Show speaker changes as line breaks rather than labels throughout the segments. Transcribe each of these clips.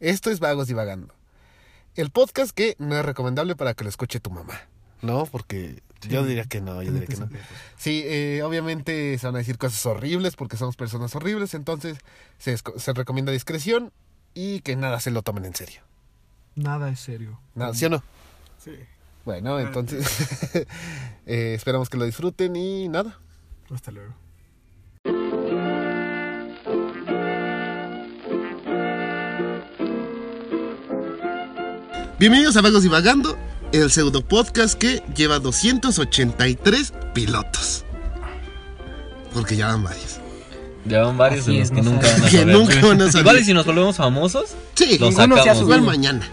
Esto es Vagos Divagando. El podcast que no es recomendable para que lo escuche tu mamá. No, porque yo diría que no, yo diría que no. Sí, eh, obviamente se van a decir cosas horribles porque somos personas horribles, entonces se, esco- se recomienda discreción y que nada se lo tomen en serio.
Nada es serio.
Nada, ¿Sí o no?
Sí.
Bueno, entonces eh, esperamos que lo disfruten y nada.
Hasta luego.
Bienvenidos a Vagos Divagando, el pseudo podcast que lleva 283 pilotos. Porque ya van varios.
Ya van varios
Así
de los
es,
que
no
nunca
saben.
van a
Que
saber.
nunca van a saber.
Igual y si nos volvemos famosos,
Sí,
Los
ninguno se ha
sacamos,
subido
¿no?
mañana.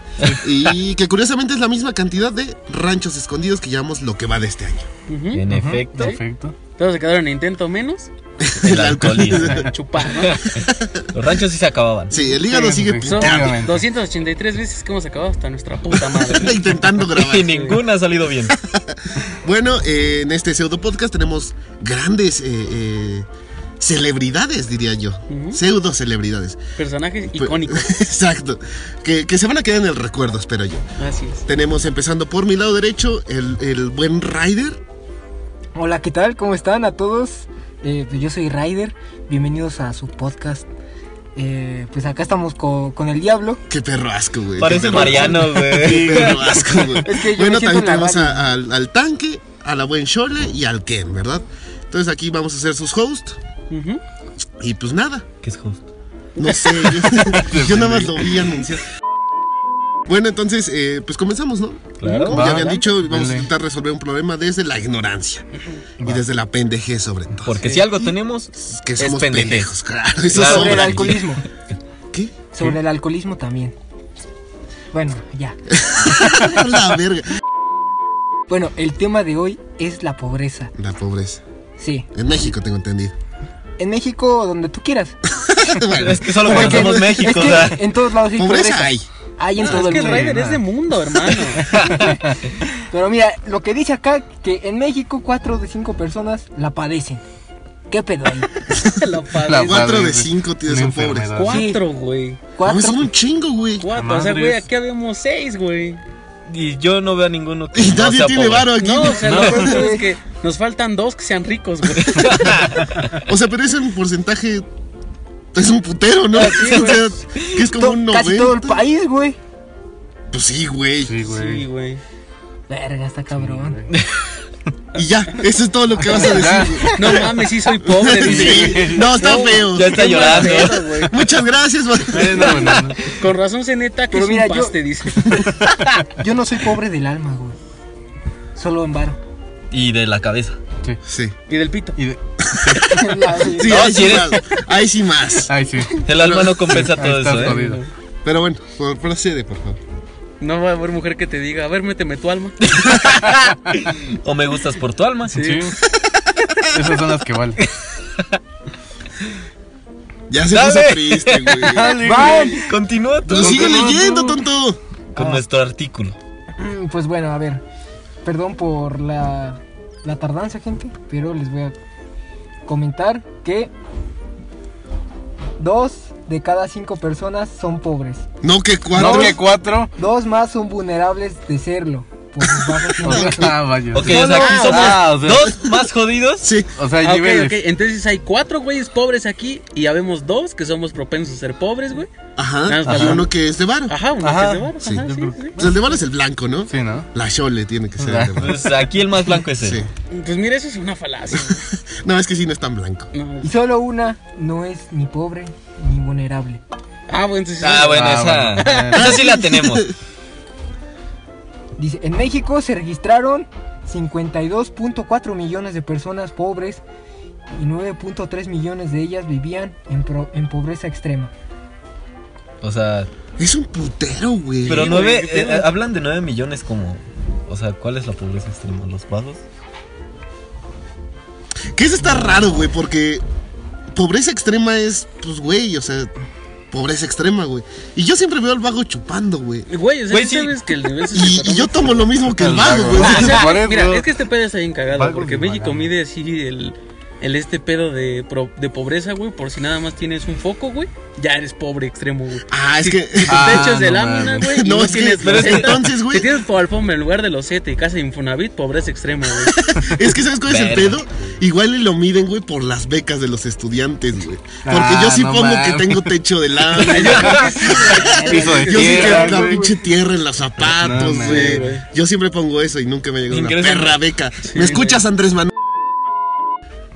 Y que curiosamente es la misma cantidad de ranchos escondidos que llevamos lo que va de este año.
Ujú.
en efecto,
Perfecto. Todos se quedaron en intento menos.
el alcoholismo.
a Chupar, ¿no?
Los ranchos sí se acababan.
Sí, el hígado
Sí,
sigue
sí,
Son
pintado.
Obviamente.
283 veces que hemos acabado hasta nuestra puta madre.
intentando grabar.
Y ninguna ha salido bien.
Bueno, eh, en este pseudo podcast tenemos grandes eh, eh, celebridades, diría yo.
Ujú.
Pseudo celebridades.
Personajes
Pues,
icónicos.
Exacto. Que, que se van a quedar en el recuerdo, espero yo.
Así es.
Tenemos empezando por mi lado derecho, el, el buen Ryder.
Hola, ¿qué tal? ¿Cómo están a todos? Eh, pues yo soy Ryder, bienvenidos a su podcast. Eh, pues acá estamos co- con el diablo.
Qué perro asco, güey. Qué
Parece
perro
Mariano, güey.
Pero asco, güey.
Es que yo
bueno,
me siento
también
en la
tenemos
radio.
a- al, al tanque, a la buen Shole y al Ken, ¿verdad? Entonces aquí vamos a ser sus hosts.
Ujú.
Y pues nada,
¿Qué es justo?
no sé, yo, yo nada más lo vi anunciar. Bueno, entonces, eh, pues comenzamos, ¿no?
Claro.
Como
Va,
ya habían dicho, vamos a
dale.
intentar resolver un problema desde la ignorancia y desde la pendejez sobre todo.
Porque si algo tenemos,
que
es
somos
pendejez.
pendejos, claro. Eso sobra
Claro.
Sobre el
aquí.
alcoholismo.
¿Qué?
Sobre el alcoholismo también. Bueno, ya.
la verga.
Bueno, el tema de hoy es la pobreza.
La pobreza.
Sí.
En México tengo entendido.
En México, donde tú quieras.
Bueno,
es que solo
Porque-
conocemos México,
es que
o sea,
en todos lados hay pobreza.
pobreza hay.
Hay en
No,
todo
es que
el
el
mundo.
Raider es de mundo, hermano.
Pero mira, lo que dice acá, que en México 4 de 5 personas la padecen. ¿Qué pedo ahí?
Pues La
La
padre.
Cuatro
padre,
de
güey.
cinco, tío,
Una
son pobres.
enfermedad.
Cuatro, güey.
Vamos,
Cuatro.
son un chingo, güey.
Cuatro. O sea, güey,
Madres.
aquí habíamos seis, güey.
y yo no veo a ninguno que
Y
no
nadie
sea
tiene
pobre.
varo aquí.
No, o sea,
No.
lo peor es que nos faltan dos que sean ricos, güey.
O sea, pero ese porcentaje es un putero, ¿no? o sea, que es como
To-
un 90.
Casi todo el país, güey.
Pues sí, güey.
Sí,
Sí,
güey.
güey.
Verga, está cabrón.
Y ya, eso es todo lo que vas a decir. güey.
No mames, sí soy pobre, dice.
Sí. No, está
No,
feo.
Ya está
Qué mal
llorando.
pedo, güey.
Muchas gracias. güey.
Eh, no, no, no.
Con razón se neta que
Pero
es un
mira, yo-
paste, dice.
Yo no soy pobre del alma, güey. Solo en varo.
Y de la cabeza.
Sí.
Y del pito.
Y de-
La-
Sí,
No,
ahí,
si
sí
eres-
más. ahí sí más.
Ay, sí.
El alma no compensa
Ahí
todo
estás
eso, ¿eh?
jodido.
Pero bueno, por- procede, por favor.
No va a haber mujer que te diga, a ver, méteme tu alma.
O me gustas por tu alma.
Sí. Esas son las que valen.
Ya se
Dale.
puso triste, güey.
Van.
Continúa tú
Lo sigue
no,
leyendo,
no.
tonto.
con nuestro artículo.
Mm, Pues bueno, a ver. Perdón por la, la tardanza, gente. Pero les voy a comentar que dos de cada cinco personas son pobres.
No, que
¿No
cuatro.
que cuatro?
Dos más son vulnerables de serlo. Por sus bajos ingresos.
Ah, vaya.
Ok, o sea, aquí
Ah,
somos
ah, o sea-
dos más jodidos.
Sí.
O sea,
Ah, ok,
niveles.
ok. Entonces hay cuatro güeyes pobres aquí y habemos dos que somos propensos a ser pobres, güey.
Ajá.
Ajá.
Y uno que es de varo.
Ajá, uno
Ajá,
que se va. Ajá,
sí,
sí,
yo creo que-
sí.
O sea, el de varo es el blanco, ¿no?
Sí, ¿no?
La chole tiene que ser el de varo.
Pues aquí el más blanco es él.
Sí.
Pues mira, eso es una falacia.
No, es que sí no es tan blanco.
güey. No.
Y solo una no es ni pobre ni vulnerable.
Ah, bueno, entonces.
Ah, bueno,
Ah,
esa,
bueno.
esa sí la tenemos.
Dice, en México se registraron 52.4 millones de personas pobres y 9.3 millones de ellas vivían en, pro- en pobreza extrema.
O sea,
Es un putero, güey.
pero
Sí,
nueve,
güey, ¿qué
eh,
pedo?
hablan de nueve millones como, o sea, ¿cuál es la pobreza extrema? ¿Los bajos?
Que eso está raro, güey, porque pobreza extrema es, pues, güey, o sea, pobreza extrema, güey. Y yo siempre veo al vago chupando, güey.
Güey, o sea,
Güey,
¿sí
sí.
sabes que el nivel
Y, y yo tomo lo mismo que el vago,
Vago.
güey.
O sea,
Por eso.
mira, es que este pedo está bien cagado,
Vagos
porque
y
México
vaganos.
mide así el el este pedo de, pro- de pobreza, güey, por si nada más tienes un foco, güey, ya eres pobre extremo, güey.
Ah, es
Si-
que.
Si tu
Ah,
techo es de
no
lámina,
mames.
güey. y
No, es que- pero es que
loseta,
entonces, güey-
Si tienes tu alfombra en lugar de los siete y casa de Infonavit, pobreza extrema, güey.
Es que, ¿sabes cuál es el
Verga.
pedo? Igual y lo miden, güey, por las becas de los estudiantes, güey. Porque yo
Ah,
sí
no
pongo que
mames.
tengo techo de lámina.
Piso de
yo sí
tierra,
tengo la
güey.
pinche tierra en los
No
zapatos,
mames,
güey.
güey.
yo siempre pongo eso y nunca me ha llegado una
Ingreso-
perra beca. ¿Me escuchas, Andrés Manuel?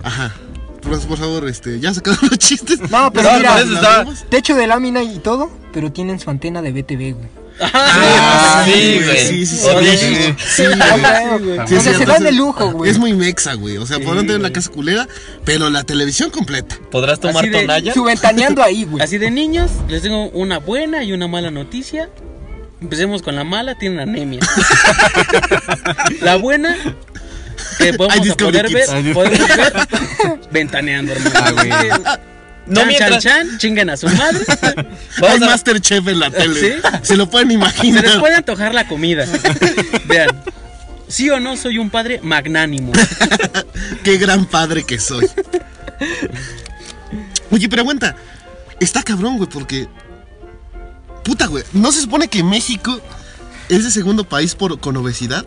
Ajá. Por, por favor, este, ya se acabaron los chistes.
No, pero
¿Ya
mira,
se acabaron?
estaba-
Techo de lámina y todo, pero tienen su antena de BTV, güey.
Ah,
sí, güey.
Sí, sí, sí.
Oh,
güey.
sí.
Sí, güey. Sí,
o
es
sea, se
cierto,
dan de
es-
lujo, güey.
Es muy mexa, güey. O sea, podrán tener una casa culera, pero la televisión completa.
¿Podrás tomar
Así de-
tonalla?
Su ventaneando ahí, güey.
Así de niños, les tengo una buena y una mala noticia. Empecemos con la mala, tienen anemia. la buena, que vamos a
Discovery
poder
Kids.
Ay,
ver,
Dios.
podemos ver ventaneando,
Ah,
hermano.
güey.
No
chan, chan,
mientras-
chan, chingan a su madre.
Hay
Vamos a-
Masterchef en la tele.
¿Sí?
Se lo pueden
Se
imaginar.
les puede antojar la comida. Vean. Sí o no soy un padre magnánimo.
Qué gran padre que soy. Oye, pero aguanta. Está cabrón, güey, porque. Puta, güey. ¿No se supone que México es el segundo país por, con obesidad?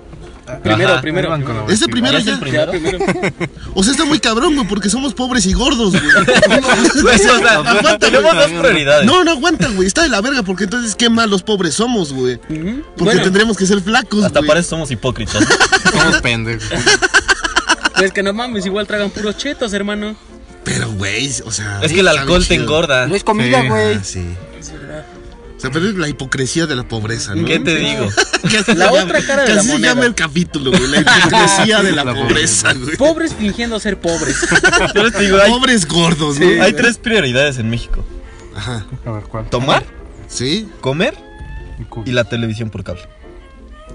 Primero,
Ajá.
primero.
Ahí van
primero.
con la
Es el
obesidad.
primero
¿Es
ya.
el primero?
O sea, está muy cabrón, güey, porque somos pobres y gordos, güey.
Pues, o sea,
Aguanta,
tenemos
güey.
dos prioridades.
No, no aguanta, güey. Está de la verga, porque entonces qué malos pobres somos, güey.
Ujú.
Porque
Bueno,
tendríamos que ser flacos,
Hasta
güey.
para eso somos hipócritas. ¿no?
Somos pendejos.
pues que no mames, igual tragan puros chetos, hermano.
Pero, güey, o sea.
es que el
sabe
alcohol te
chido.
engorda.
No es comida,
Sí,
güey.
Ah, sí. O sea, pero es la hipocresía de la pobreza, ¿no?
¿Qué te digo?
Que así
La
se
otra cara de
que
la
así se
moneda.
llama el capítulo, güey. La hipocresía de la,
La
pobreza, güey.
Pobres fingiendo ser pobres.
Yo les digo, hay,
Pobres gordos, ¿no?
hay tres prioridades en México.
Ajá.
A ver, ¿cuál?
Tomar,
¿Sí?
comer
Culo.
y la televisión por cable.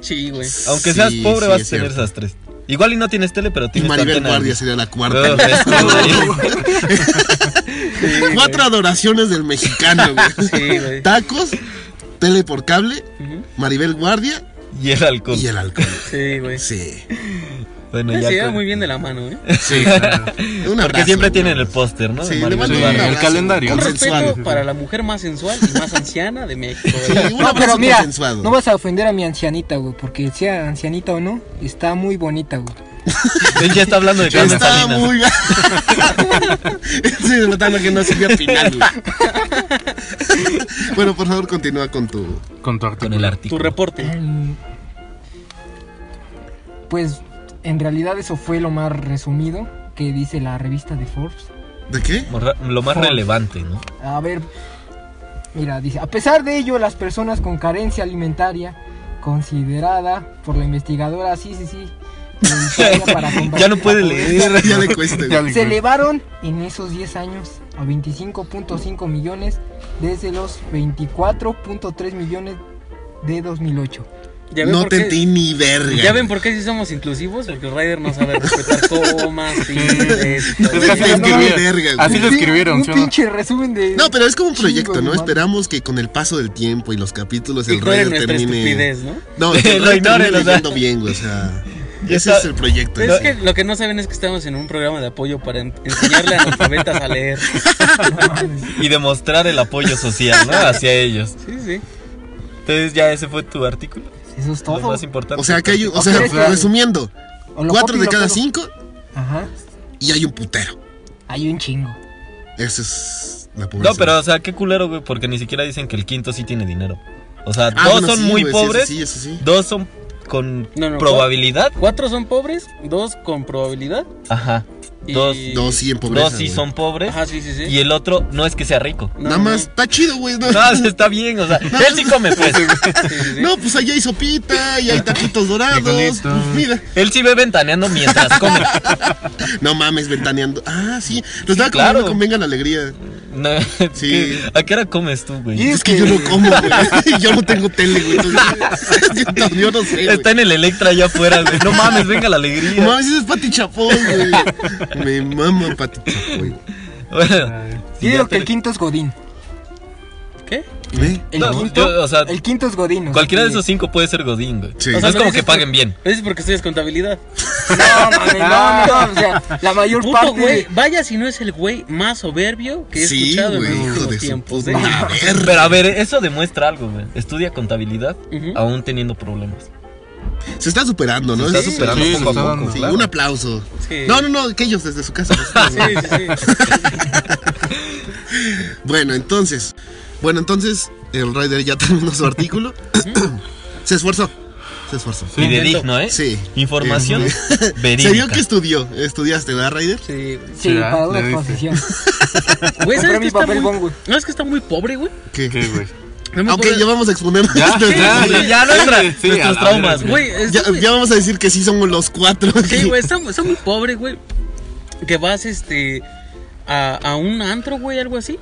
Sí, güey.
Aunque seas
Sí,
pobre
sí,
vas
es
a tener
cierto.
esas tres. Igual y no tienes tele, pero
Y
tienes
Maribel
antena.
Guardia sería la
No,
cuarta.
es que-
Cuatro adoraciones del mexicano, güey.
Sí, güey.
Tacos, tele por cable,
Ujú.
Maribel Guardia
y el alcohol.
y el alcohol.
Sí, güey. Sí,
Sí.
Bueno, ya.
se lleva
con-
muy bien de la mano, ¿eh?
Sí. Un
Porque
abrazo,
siempre
güey.
tienen el póster, ¿no?
Sí,
De
le
Maribel
mando un
Sí,
Guardia.
el
abrazo,
calendario,
güey,
Un
¿no?
consensuado.
respeto para la mujer más sensual y más anciana de México,
Sí, un
güey.
No,
abrazo
pero mira,
consensuado.
no vas a ofender a mi ancianita, güey, porque sea ancianita o no, está muy bonita, güey.
Él ya está hablando de Carmen
Está
Salinas.
muy. Estoy notando que no sirvió al final. güey. bueno, por favor, continúa con tu.
Con
Con
tu artículo.
el
Tu
artículo.
reporte.
Mm. Pues en realidad eso fue lo más resumido que dice la revista de Forbes.
¿De qué?
Morra- Lo más
Por-
relevante, ¿no?
A ver, mira, dice, a pesar de ello, las personas con carencia alimentaria, considerada por la investigadora, sí, sí, sí, voluntaria para combatir
Ya no puede
la pobreza,
leer.
Ya le cuesta. güey.
Ya le-
Se elevaron en esos 10 años a 25.5 millones desde los 24.3 millones de 2008.
¿Ya ven
No
por
te
qué-
entendí ni verga.
¿Ya ven por qué si somos inclusivos? Porque el Rider no sabe respetar comas, tildes, todo
Es que así
No,
lo
no,
escribieron.
verga, güey.
Así lo
Un pin-
escribieron,
Un
¿sí o no?
pinche resumen de...
No, pero es como un proyecto,
Chingo,
¿no?
mi
Esperamos que con el paso del tiempo y los capítulos
Y
el
fuera
Raider
nuestra
termine.
estupidez, ¿no?
No, que el
Lo
Raider
ignoren,
termine
o sea.
leyendo bien, güey. O sea, ese
Ya está.
es el proyecto.
Es
¿no?
que lo que no saben es que estamos en un programa de apoyo para en- enseñarle a analfabetas a leer.
Y demostrar el apoyo social, ¿no? Hacia ellos.
Sí, sí.
Entonces ya ese fue tu artículo.
Eso es
Lo
todo.
más importante.
O sea, que hay. O
Ok,
sea,
está.
resumiendo,
O lo
cuatro
copio y
de
lo
cada
pego.
cinco
Ajá.
y hay un putero.
Hay un chingo.
Esa es la pobreza.
No, pero o sea, qué culero, güey, porque ni siquiera dicen que el quinto sí tiene dinero. O sea,
Ah,
dos
bueno,
son
sí,
muy
güey, sí, eso
pobres,
Sí, eso sí.
dos son con
No, no,
probabilidad.
Cuatro son pobres, dos con probabilidad.
Ajá.
Y...
Dos-
Dos sí en pobreza.
Dos sí
güey.
son pobres
Ajá, sí, sí, sí.
y el otro no es que sea rico.
No,
Nada
no,
más, está chido, güey. No,
No, sí está bien, o sea, él sí come pues.
no, sí, sí, sí.
No, pues allá hay sopita y hay taquitos dorados.
Frijolitos.
Pues mira.
Él sí ve ventaneando mientras come.
No mames, ventaneando. Ah, sí. Lo estaba
claro.
comiendo con venga la alegría.
No,
Sí.
¿qué- ¿A qué hora comes tú, güey?
Es que yo no como, güey. Yo no tengo tele, güey. Entonces, yo, no, yo no sé, güey.
Está en el Electra allá afuera, güey. No mames, venga la
No
alegría.
mames, ese es Pati Chapoy, güey. Me mama Pati Chapoy. güey.
Bueno,
Yo digo que el quinto es Godín.
¿Qué?
¿Eh?
El,
No,
quinto,
yo, o sea,
el quinto es Godino.
Cualquiera de esos cinco puede ser Godín, güey.
Sí.
No
O
sea,
es
lo
como
dices
que paguen bien.
Lo dices porque estudias contabilidad.
No, mames, no, no. O sea, la mayor
Puto
parte.
güey,
de-
vaya si no es el güey más soberbio que he
Sí,
escuchado
güey,
en los
hijo
últimos
de su
tiempos.
puta
¿eh?
madre.
Pero a ver, eso demuestra algo, güey. Estudia contabilidad
Ujú.
aún teniendo problemas.
Se está superando, ¿no?
Se está
Sí,
superando
sí,
poco
se
a
está
poco.
dando.
sí,
claro.
un aplauso.
Sí.
No, no, no, aquellos desde su casa.
Sí, sí, sí.
Bueno, entonces. Bueno, entonces el Rider ya terminó su artículo. se esforzó. Se esforzó.
Y de digno, ¿eh?
Sí.
Información
Este,
verídica.
Se vio que estudió. Estudiaste, ¿verdad, Rider?
Sí, güey.
Sí,
Sí,
para
¿verdad?
una
Le diste.
exposición.
Güey,
Compré
¿sabes
mi
que está
papel
muy...
bong, güey.
¿No es que está muy pobre, güey?
¿Qué?
¿Qué, güey?
No me
Ok,
acuerdo-
ya vamos a exponer
Ya,
nuestro-
ya,
Sí, ya
sí,
nuestra-
sí, sí,
nuestros
a la
traumas,
verga.
Güey, es-
Ya, ya vamos a decir que sí somos los cuatro.
Sí, güey, está, está muy pobre, güey. Que vas, este, a, a un antro, güey, algo así.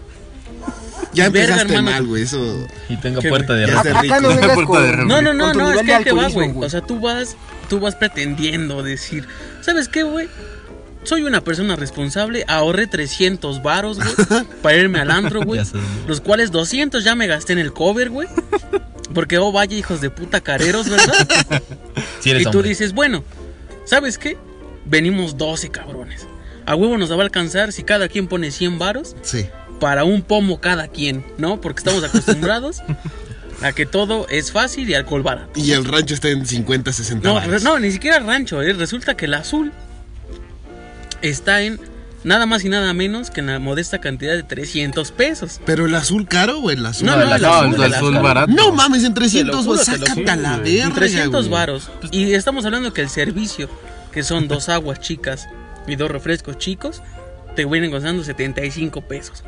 Ya
Verga,
empezaste
hermano.
mal, güey. Eso.
Y tenga
Qué
puerta de
Ya
rato.
está rico.
Acá no vengas
Puerta de
con.
reunión.
No, no,
con
no,
tu
no, es
nivel
que
de
ahí te va,
alcoholismo,
güey. O sea, tú vas, tú vas pretendiendo decir, ¿sabes qué, güey? Soy una persona responsable, ahorré 300 varos, güey, para irme al antro, güey.
Ya sé.
los cuales 200 ya me gasté en el cover, güey. Porque, oh, vaya hijos de puta careros, ¿verdad?
Si eres
Y tú
hombre.
dices, bueno, ¿sabes qué? Venimos 12 cabrones. A huevo nos va a alcanzar si cada quien pone 100 varos
Sí.
para un pomo cada quien, ¿no? Porque estamos acostumbrados a que todo es fácil y alcohol barato.
Y el rancho está en 50, 60.
No,
varos.
re- no, ni siquiera rancho, ¿eh? Resulta que el azul está en nada más y nada menos que en la modesta cantidad de 300 pesos.
¿Pero el azul caro o el azul?
No,
No,
no,
el
el
no,
azul,
el
el
azul
azul.
barato.
No mames, en 300,
juro,
güey.
te lo
Sácate
juro,
a la
güey.
verga. güey.
300
Pues
varos. Y estamos hablando que el servicio, que son dos aguas chicas y dos refrescos chicos, te vienen costando 75 pesos.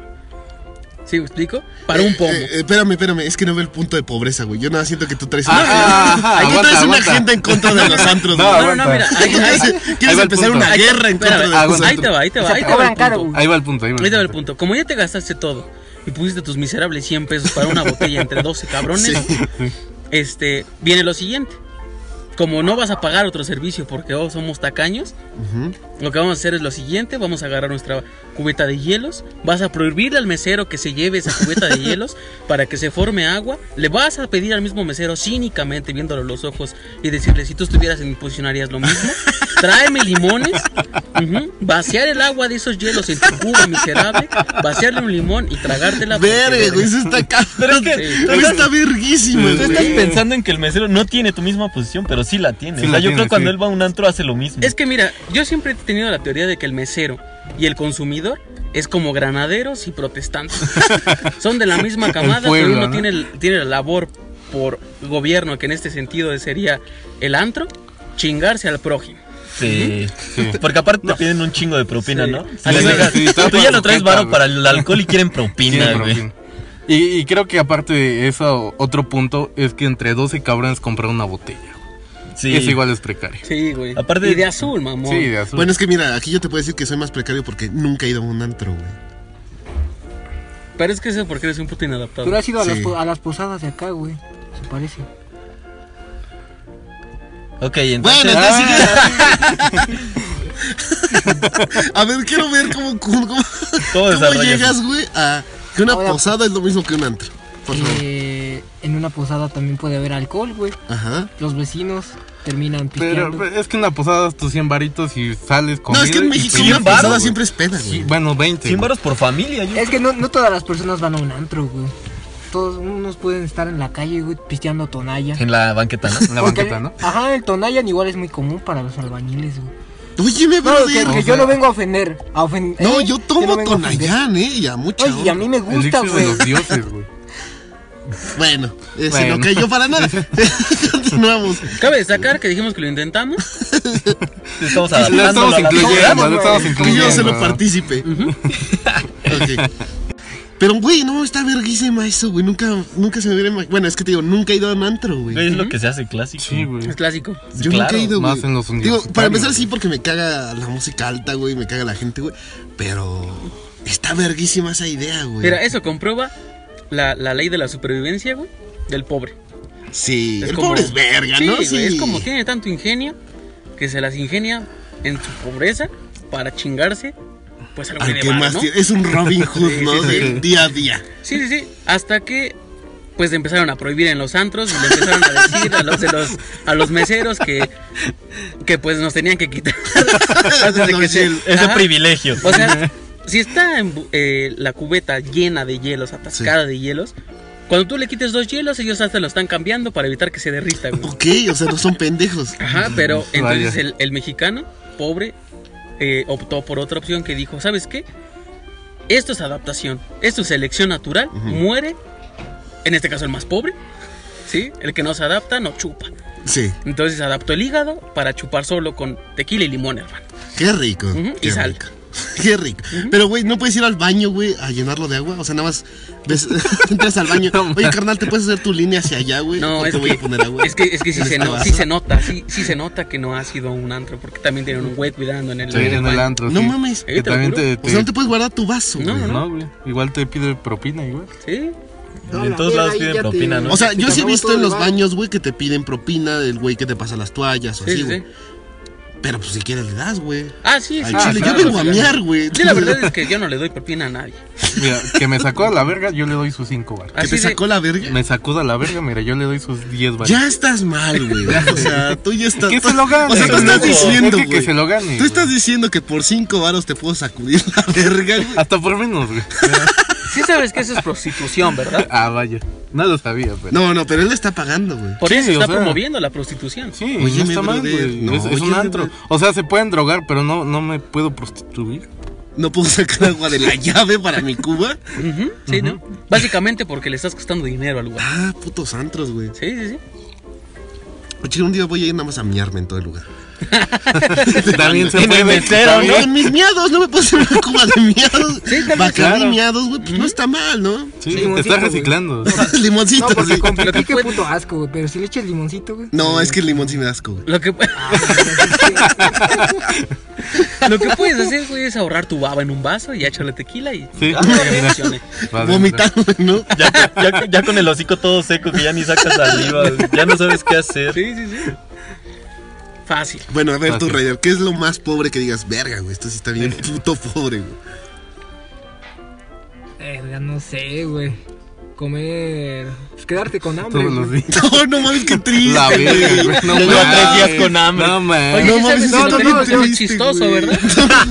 ¿Sí me explico? Para un pomo.
Eh, eh, espérame, espérame, es que no veo el punto de pobreza, güey. Yo nada siento que tú traes una.
Ajá, ajá,
Ahí tú
aguanta,
traes una
aguanta.
agenda en contra de los antros,
No,
güey.
No, no, no,
aguanta.
mira. Ahí, ahí-
Quieres-
ahí
Quieres
va el
empezar
punto.
una
ahí-
guerra en contra de
espérame,
los antros.
aguanta.
Ahí te va, ahí te
O
va.
sea,
Ahí
te
te va
cobran
el
caro,
punto.
güey.
Ahí va el punto, ahí va el punto.
Ahí te va el punto. Como ya te gastaste todo y pusiste tus miserables 100 pesos para una botella entre 12 cabrones, este, viene lo siguiente. Como no vas a pagar otro servicio porque oh, somos tacaños, lo que vamos a hacer es lo siguiente, vamos a agarrar nuestra cubeta de hielos, vas a prohibirle al mesero que se lleve esa cubeta de hielos para que se forme agua, le vas a pedir al mismo mesero cínicamente viéndolo a los ojos y decirle, si tú estuvieras en mi posición harías lo mismo, tráeme limones, ujú, vaciar el agua de esos hielos en tu cuba miserable, vaciarle un limón y tragártela. porque,
Verga, güey, eso está
Pero es
cabrón.
que-
Eso está verguísimo,
Tú estás
güey.
pensando en que el mesero no tiene tu misma posición, pero sí la tiene. O
Sí
sea,
la
yo
tiene,
creo que cuando
sí.
él va a un antro hace lo mismo.
Es que mira, yo siempre he tenido la teoría de que el mesero y el consumidor es como granaderos y protestantes. Son de la misma camada,
pueblo,
pero uno
¿no?
tiene, el- tiene la labor por gobierno, que en este sentido sería el antro, chingarse al prójimo.
Sí. Porque aparte te piden un chingo de propina,
Sí.
¿no?
Sí,
A la
sí,
verga,
sí, está
tú ya no traes varo
güey.
para el alcohol y quieren propina,
Tiene
güey.
propina. Y, y creo que aparte de eso, otro punto es que entre 12 cabrones comprar una botella.
Sí.
Eso igual es precario.
Sí, güey.
Aparte-
y de azul, mamón.
Sí, de azul.
Bueno, es que mira, aquí yo te puedo decir que soy más precario porque nunca he ido a un antro, güey.
Pero es que eso es porque eres un puto inadaptado.
Tú no has ido a, las,
Sí.
po- a las posadas de acá, güey. Se parece.
Ok, entonces.
Bueno, entonces. A ver, quiero ver cómo, cómo, cómo- cómo
desarrollas
llegas, güey, a que una
Ahora-
posada es lo mismo que un antro. Por favor.
Eh, en una posada también puede haber alcohol, güey.
Ajá.
Los vecinos terminan
Pero
pisteando.
pero es que en la posada das tus 100 varitos y sales con.
no, es que en México una
varos,
posada siempre es peda, güey.
bueno, 20.
100 varos por familia, yo.
Es que no, no todas las personas van a un antro, güey. Todos unos pueden estar en la calle, güey, pisteando tonalla.
En la banqueta, ¿no?
En la
Porque-
banqueta, ¿no?
Ajá, el Tonayan igual es muy común para los albañiles, güey.
Oye, me
No, que, que
brother.
yo no vengo a ofender. A ofen-
No,
¿eh?
yo
no
tomo
vengo a ofender.
Tonayán, ¿eh? Y a mucha
Oye, y a mí me
El
gusta,
elixir de
güey.
los dioses, güey.
Bueno, ese
Bueno.
no cayó para nada. Continuamos.
Cabe destacar que dijimos que lo intentamos.
Estamos
Lo
adaptando
estamos
la
incluyendo, lo estamos
Que
incluyendo.
yo se lo participe. Ok. Pero, güey, no, está verguísima eso, güey. Nunca, nunca se me hubiera imaginado. Bueno, es que te digo, nunca he ido a un antro, güey.
Es lo que se hace clásico.
Sí, güey.
Es clásico.
Yo
Eh, claro,
nunca he ido, güey.
más en los
Digo, para
universitarios,
empezar, sí,
güey.
porque me caga la música alta, güey. Me caga la gente, güey. Pero está verguísima esa idea, güey.
Mira, eso comprueba la, la ley de la supervivencia, güey, del pobre.
Sí,
Es
el
como-
pobre es verga,
Sí,
¿no?
güey,
Sí,
es como tiene tanto ingenio que se las ingenia en su pobreza para chingarse, pues algo
Al
de
que
varo,
más
¿no?
tiene- Es un Robin Hood, ¿no?
Sí, sí, sí.
Del día a día.
Sí, sí, sí. Hasta que pues le empezaron a prohibir en los antros y le empezaron a decir a los de los a los meseros que que pues nos tenían que quitar antes de que se-
Ese
Ajá.
privilegio.
O sea, si está en bu- eh, la cubeta llena de hielos, atascada de hielos, cuando tú le quites dos hielos, ellos hasta lo están cambiando para evitar que se derrita, güey.
Ok, o sea, no son pendejos.
Ajá, pero entonces
Vaya.
el, el mexicano, pobre, eh, optó por otra opción que dijo, ¿sabes qué? Esto es adaptación, esto es selección natural, muere, en este caso el más pobre, ¿sí? El que no se adapta no chupa.
Sí,
Entonces adaptó el hígado para chupar solo con tequila y limón, hermano.
qué rico.
Ujú, y
qué
sal.
rico. Qué rico. Pero, güey, ¿no puedes ir al baño, güey, a llenarlo de agua? O sea, nada más ves, entras al baño. Oye, carnal, ¿te puedes hacer tu línea hacia allá, güey?
No,
Porque
es
voy
que,
a poner agua.
es que, es que sí,
en
se
esta
no-
vaso.
sí se nota, sí, sí se nota que no ha sido un antro, porque también tienen un güey cuidando en el,
Sí, en el
baño.
antro.
No
sí.
mames.
Eh,
Que
te lo
también
juro.
te.
O sea, no
te-
te puedes guardar tu vaso,
No,
güey.
No, güey. Igual te pide propina, igual.
Sí,
En todos lados piden propina, ¿no?
O sea, yo sí he
Acabamos
visto
todo
en
el
los
baño.
baños, güey, que te piden propina del güey que te pasa las toallas o
sí,
así,
sí,
Pues güey.
sí.
Pero pues si quieres le das, güey.
Ah, sí,
Al
sí.
chile,
claro,
yo vengo a
claro.
mear, güey.
Sí, la verdad es que yo no le doy propina a nadie.
Mira, que me sacó a la verga, yo le doy sus 5 bar.
Que
Así
te
de,
sacó la verga.
Me sacó de la verga, mira, yo le doy sus 10 bar.
Ya estás mal, güey. O sea, tú ya estás.
Que se lo gane.
O sea, tú
güey.
estás diciendo,
Es que, que
güey.
se lo gane.
Tú estás
güey.
diciendo que por cinco varos te puedo sacudir la verga, güey.
Hasta por menos, güey.
sí sabes que eso es prostitución, ¿verdad?
Ah, vaya. No lo sabía, pero.
No, no, pero él le está pagando, güey.
Por
Sí,
eso
o
está
sea.
promoviendo la prostitución.
Sí,
Oye,
no está
mi
mal,
brother,
güey.
no,
es, es
oye,
un
mi
antro.
brother.
O sea, se pueden drogar, pero no, no me puedo prostituir.
No puedo sacar agua de la llave para mi cuba.
Ujú, sí, ¿no? Básicamente porque le estás costando dinero al lugar.
Ah, putos antros, güey.
Sí, sí, sí.
Oye, un día voy a ir nada más a miarme en todo el lugar.
También se
En el
puede.
mesero,
también-
No, en mis miados, no me puedo hacer una cuba de miados. Bacardi
Claro.
miados, güey, pues no está mal, ¿no?
Sí,
Limoncito,
te estás
güey.
reciclando.
Limoncito,
No, porque
sí.
con
Lo que
piquete, qué
puede-
puto asco, güey. Pero si le echas limoncito, güey.
No, es que el limón sí me da asco, güey.
Lo que, lo que puedes hacer, güey, es ahorrar tu baba en un vaso y échale tequila y
Sí.
Ah, que funcione.
Vas
Vomitar, güey, ¿no?
Ya, ya- ya con el hocico todo seco, que ya ni sacas saliva, ya no sabes qué hacer.
Sí, sí, sí. Fácil.
Bueno, a ver, tú,
Fácil.
Raider, ¿qué es lo más pobre que digas? Verga, güey, esto sí está bien puto pobre, güey.
Verga, no sé, güey. Comer. Pues quedarte con hambre.
Todos los
güey.
días.
No, no mames, qué triste.
La verga, güey. No
Llevo tres días
mames.
con hambre.
No
Oye,
mames.
no
¿sí
mames,
sabes
eso
que
está
no,
bien
no, yo
triste,
chistoso,
güey.
¿verdad?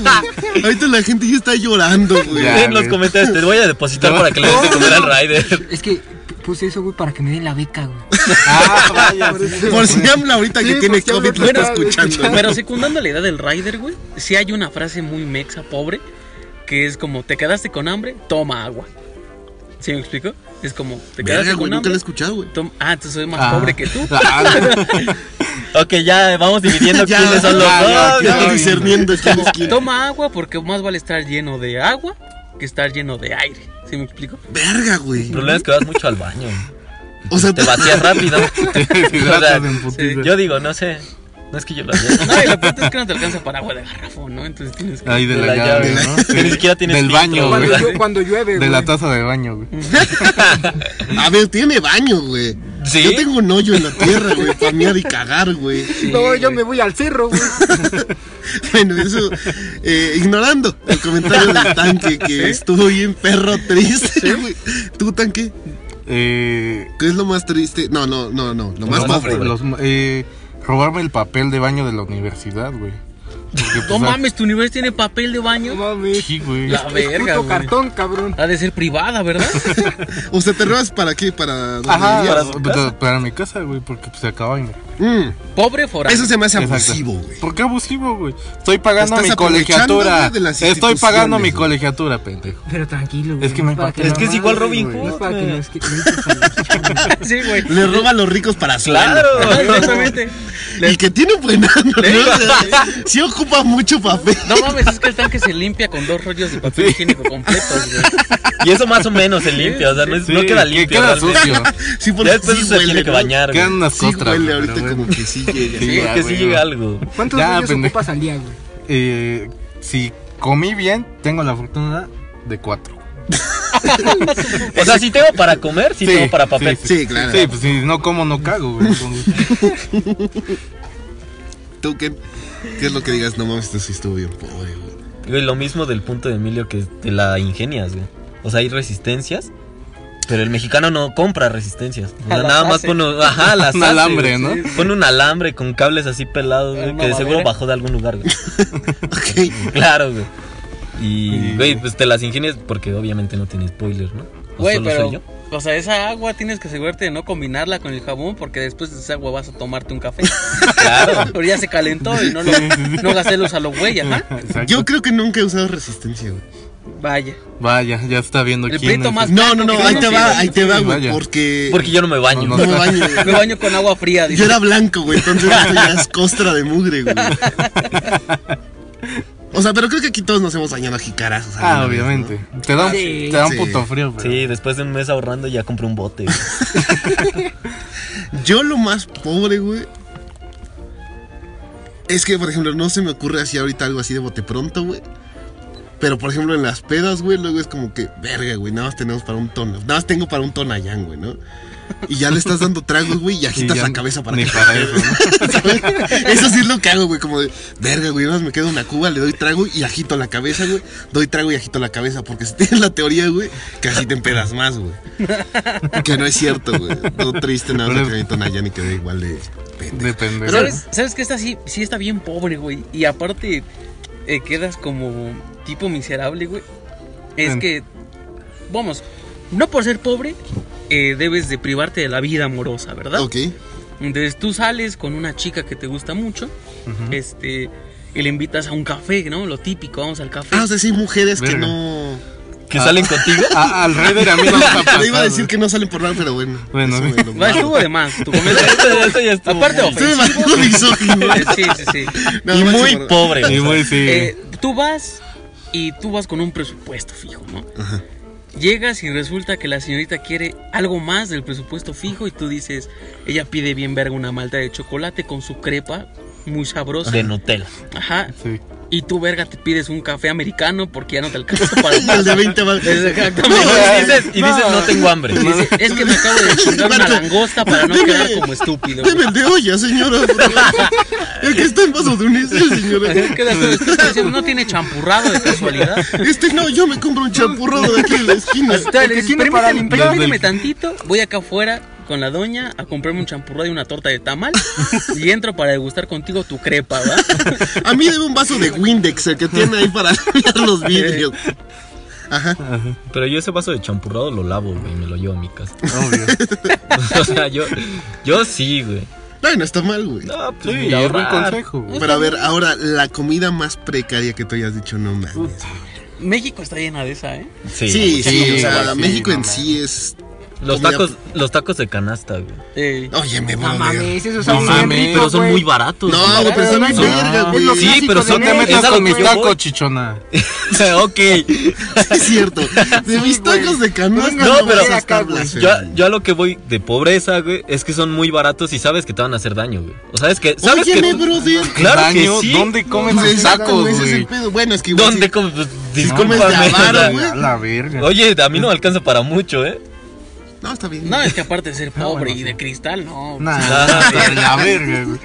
Ahorita la gente ya está llorando, güey.
Ya.
en los comentarios te voy a depositar
No.
para que le des de comer al Rider.
Es que p- puse eso, güey, para que me den la beca, güey.
Ah, vaya. sí.
Por si habla ahorita
Sí,
que tiene
porque habla
COVID, lo está
raro, güey.
escuchando. güey.
Pero secundando la edad del Rider, güey, sí hay una frase muy mexa, pobre, que es como, te quedaste con hambre, toma agua. ¿Sí me explico? Es como, te quedaste
Verga,
con
güey, nunca
hambre.
lo he escuchado, güey.
toma- Ah, entonces soy más
Ah.
pobre que tú.
Ah, no.
Ok, ya vamos dividiendo
Ya,
quiénes son los
ya, ya,
dos.
Ya
no,
estoy discerniendo quién es quién.
Toma agua porque más vale estar lleno de agua que estar lleno de aire. ¿Sí me explico?
Verga, güey.
El problema es que vas mucho al baño.
O sea,
Te vacías rápido.
Deshidratas en putiza.
yo digo, no sé. No es que yo lo haga.
No, y lo peor es que no te alcanza para agua de garrafón, ¿no? Entonces tienes
Ah,
que...
Ahí de, la, llave, ¿no?
Ni siquiera tienes
Del
filtro,
baño,
güey.
güey.
Cuando, llo- cuando llueve,
De
güey.
la taza de baño, güey.
a ver, tiene baño, güey.
¿Sí?
Yo tengo un hoyo en la tierra, güey, para mear y cagar, güey.
No, yo me voy al cerro, güey.
Bueno, eso, eh, ignorando el comentario del tanque que estuvo bien perro triste, güey. ¿Tú, tanque?
Eh,
¿Qué es lo más triste? No, no, no, no. Lo más
los-
pobre.
los- eh, robarme el papel de baño de la universidad, güey. Porque, pues,
No
ah,
mames, tu universo tiene papel de
No
baño.
mames.
Sí, güey.
La verga,
Puto
güey.
cartón, cabrón.
Ha de ser privada, ¿verdad?
O sea, ¿te robas para qué? Para donde
Ajá,
vivías?
para, para- para mi casa, güey, porque pues, se acaba y me...
Mm,
Pobre foráneo.
Eso se me hace
Exacto.
abusivo, güey.
¿Por qué abusivo, güey? Estoy pagando
Estás
mi
aprovechando,
colegiatura.
güey, de las
Estoy pagando mi
instituciones, güey.
colegiatura, pendejo.
Pero tranquilo, güey.
Es que me
no para
empaqué.
lo
Es que es
amarres,
igual Robin
güey. No es
Hood,
para que
güey.
los que- le eches a los chavos.
Sí, güey.
Le roba a los ricos para su
Claro.
ano.
Ajá, Exactamente.
Y que tiene buen ano, ¿no? O sea, sí ocupa mucho papel.
No mames, es que el tanque se limpia con dos rollos de papel higiénico completos, güey.
Y eso más o menos se limpia, o sea, no, es- no
Sí,
queda
que
limpio.
Queda
realmente.
sucio.
Sí,
Ya después
sí
se
huele,
tiene que
¿no?
bañar. güey.
Quedan unas
Sí
costras.
huele
güey,
ahorita
pero
como
bueno.
que sí llega.
Sí,
Sí,
ya,
que
güey,
sí
no.
llega algo.
¿Cuántos
Ya,
niños
pendejo.
ocupas al día, güey?
Eh, si comí bien, tengo la fortuna de cuatro.
O sea, si tengo para comer, si tengo para papel.
sí. Sí, claro.
Sí, pues si no como, no cago, güey. Entonces,
¿Tú qué? ¿Qué es lo que digas? No mames, esto sí estuvo bien pobre, güey.
Güey, lo mismo del punto de Emilio que te la ingenias, güey. O sea, hay resistencias Pero el mexicano no compra resistencias.
A las
Nada más
hace.
pone un, ajá, las
Un
hace,
alambre,
güey.
¿no?
Pone un alambre con cables así pelados, güey,
Una
que de seguro
babera.
bajó de algún lugar, güey.
Ok.
Claro, güey. Y,
Y-
güey, pues te las ingenias porque obviamente no tiene spoiler, ¿no? ¿O
Güey,
solo
pero.
soy yo?
O sea, esa agua tienes que asegurarte de no combinarla con el jabón porque después de esa agua vas a tomarte un café.
Claro.
Pero ya se calentó y no, lo, no gasté los a los güey, ajá.
Exacto.
Yo creo que nunca he usado resistencia, güey.
Vaya.
Vaya, ya está viendo
El
quién
prieto
es.
más-
No, no, no, ahí te va, ahí te va,
Sí,
güey.
vaya.
Porque.
Porque yo no me baño.
No,
No me baño, güey.
Me baño con agua fría,
Yo
dice.
era blanco, güey, entonces esto ya es costra de mugre, güey. O sea, pero creo que aquí todos nos hemos dañado a jicarazos. alguna
Ah,
vez, ¿no?
obviamente. Te da un,
Sí.
te da un
Sí.
puto frío, pero.
Sí, después de un mes ahorrando ya compré un bote. güey.
Yo lo más pobre, güey. Es que, por ejemplo, no se me ocurre así ahorita algo así de bote pronto, güey. Pero, por ejemplo, en las pedas, güey, luego es como que, verga, güey, nada más tenemos para un tono. Nada más tengo para un tonayán, güey, ¿no? Y ya le estás dando tragos, güey, y agitas
ya
la cabeza para
ni
que
para eso,
¿sabes? Eso sí es lo que hago, güey. Como de, verga, güey. Nada más me quedo una cuba, le doy trago y agito la cabeza, güey. Doy trago y agito la cabeza. Porque si tienes la teoría, güey, que así te empedas más, güey. Que no es cierto, güey. No triste, nada más
Pero-
que ahorita Nayan y quedé igual de. pendejo.
Depende.
¿Sabes, ¿Sabes que esta sí, sí está bien pobre, güey? Y aparte, eh, quedas como tipo miserable, güey. Es
Mm.
que, vamos, no por ser pobre, eh, debes de privarte de la vida amorosa, ¿verdad?
Ok.
Entonces tú sales con una chica que te gusta mucho, este, y le invitas a un café, ¿no? Lo típico, vamos al café.
Ah, o sea, sí hay mujeres que
Verga.
no.
¿Que salen contigo?
A- al Raider a mí no me ha pasado.
Le iba a decir que no salen por nada, pero bueno.
Bueno,
eso me lo-
Va, estuvo de más. Tu comentario
Esto- esto ya estuvo
Aparte,
muy-
Estoy demasiado misógino.
Sí, sí, sí.
No,
y
máximo,
muy
bro.
pobre.
Y
o sea,
muy sí.
Eh, tú vas y tú vas con un presupuesto fijo, ¿no? Llegas y resulta que la señorita quiere algo más del presupuesto fijo y tú dices, ella pide bien verga una malta de chocolate con su crepa muy sabrosa.
de Nutella.
Ajá.
Sí.
Y tú verga te pides un café americano porque ya no te alcanza para
Y el
más.
de 20 va.
Exactamente.
y dices, y dices, no tengo hambre.
Dice, es que me acabo de chingar una
Marco,
langosta para no
deme-
quedar como estúpido. güey".
Deme el de olla, señora. por favor. El que está en vaso de unicel, señora.
Quedas todo estúpido, diciendo, no tiene champurrado de casualidad.
Este no, yo me compro un champurrado de aquí en la esquina.
Hasta le
que
dices,
tiene para
"Permíteme,
limpiar".
permíteme tantito, voy acá afuera con la doña a comprarme un champurrado y una torta de tamal y entro para degustar contigo tu crepa, ¿va?
A mí debe un vaso de Windex, el que tiene ahí para limpiar los vidrios. Ajá.
Pero yo ese vaso de champurrado lo lavo, güey, y me lo llevo a mi casa.
Obvio.
o sea, yo, yo sí, güey.
No, no está mal, güey.
No, pues
Sí,
mira,
es buen
ahorrar.
consejo. güey.
Pero a ver, ahora, la comida más precaria que tú hayas dicho, no mames.
México está llena de esa, ¿eh?
Sí,
Sí, sí,
sí,
o sea,
sí,
México
no
en
mames.
sí es.
Los
comida-
tacos, los tacos de canasta, güey.
Eh,
Oye, me
No mames, esos
No
son bien
mames,
ricos,
Pero son
güey.
muy baratos.
No,
güey.
güey, pero son
No,
bien
no,
verga,
es lo
güey.
que-
Sí,
clásico
pero
de
son
No te
México.
metas
es a lo
con
que
mis
yo
tacos,
voy.
chichona.
ok.
Es cierto. De
Sí,
mis tacos
güey.
de canasta.
No, pero-
vas a estar
Yo-
Yo,
blasfemando.
yo a lo que voy de pobreza, güey, es que son muy baratos y sabes que te van a hacer daño, güey. O sabes que, sabes que
Óyeme, brother.
Claro que
Daño,
sí.
¿Dónde comen
Pues,
tus tacos,
ese es
güey?
el pedo. Bueno, es que igual
¿Dónde
sí-
comes? Pues,
comes de
discúlpame,
avaro,
o sea,
güey.
A la verga.
Oye, a mí no me alcanza para mucho, ¿eh?
No, está bien.
no, es que aparte de ser pobre
bueno,
y
sí.
de cristal, no.
Nah,
Ah,
a la verga, güey.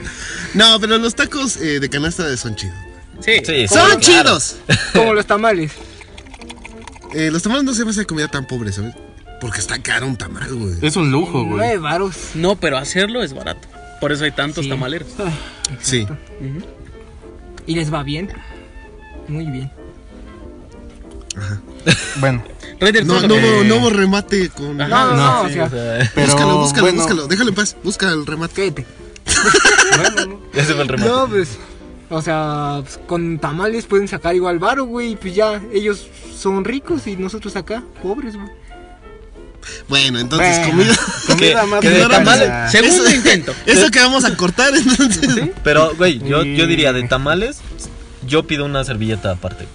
No, pero los tacos eh, de canasta son chidos.
Sí.
Sí,
¡Son
claro.
chidos!
Como los tamales.
Eh, los tamales no se me hace comida tan pobre, ¿sabes? Porque está caro un tamal, güey.
Es un lujo, güey.
Nueve varos.
No, pero hacerlo es barato. Por eso hay tantos
Sí.
tamaleros.
Sí.
Y les va bien. Muy bien.
Bueno,
Raider,
No,
¿tú
no,
qué?
hubo, no hubo remate con.
No, no, no,
No,
o sea,
pero.
búscalo, búscalo,
bueno,
búscalo. Déjalo en paz. Busca el remate.
cállate. Bueno,
Ese fue el remate.
no, no, pues, o sea, pues, con tamales pueden sacar igual varo, güey, y pues ya, ellos son ricos y nosotros acá, pobres, güey.
Bueno, entonces,
Bueno.
comida.
Comida
que-
más Ah.
que de
barata.
tamales-
Segundo
Eso-
intento.
Eso que vamos a cortar, entonces.
Pero, güey, yo, yo
Mm.
diría de tamales, yo pido una servilleta aparte.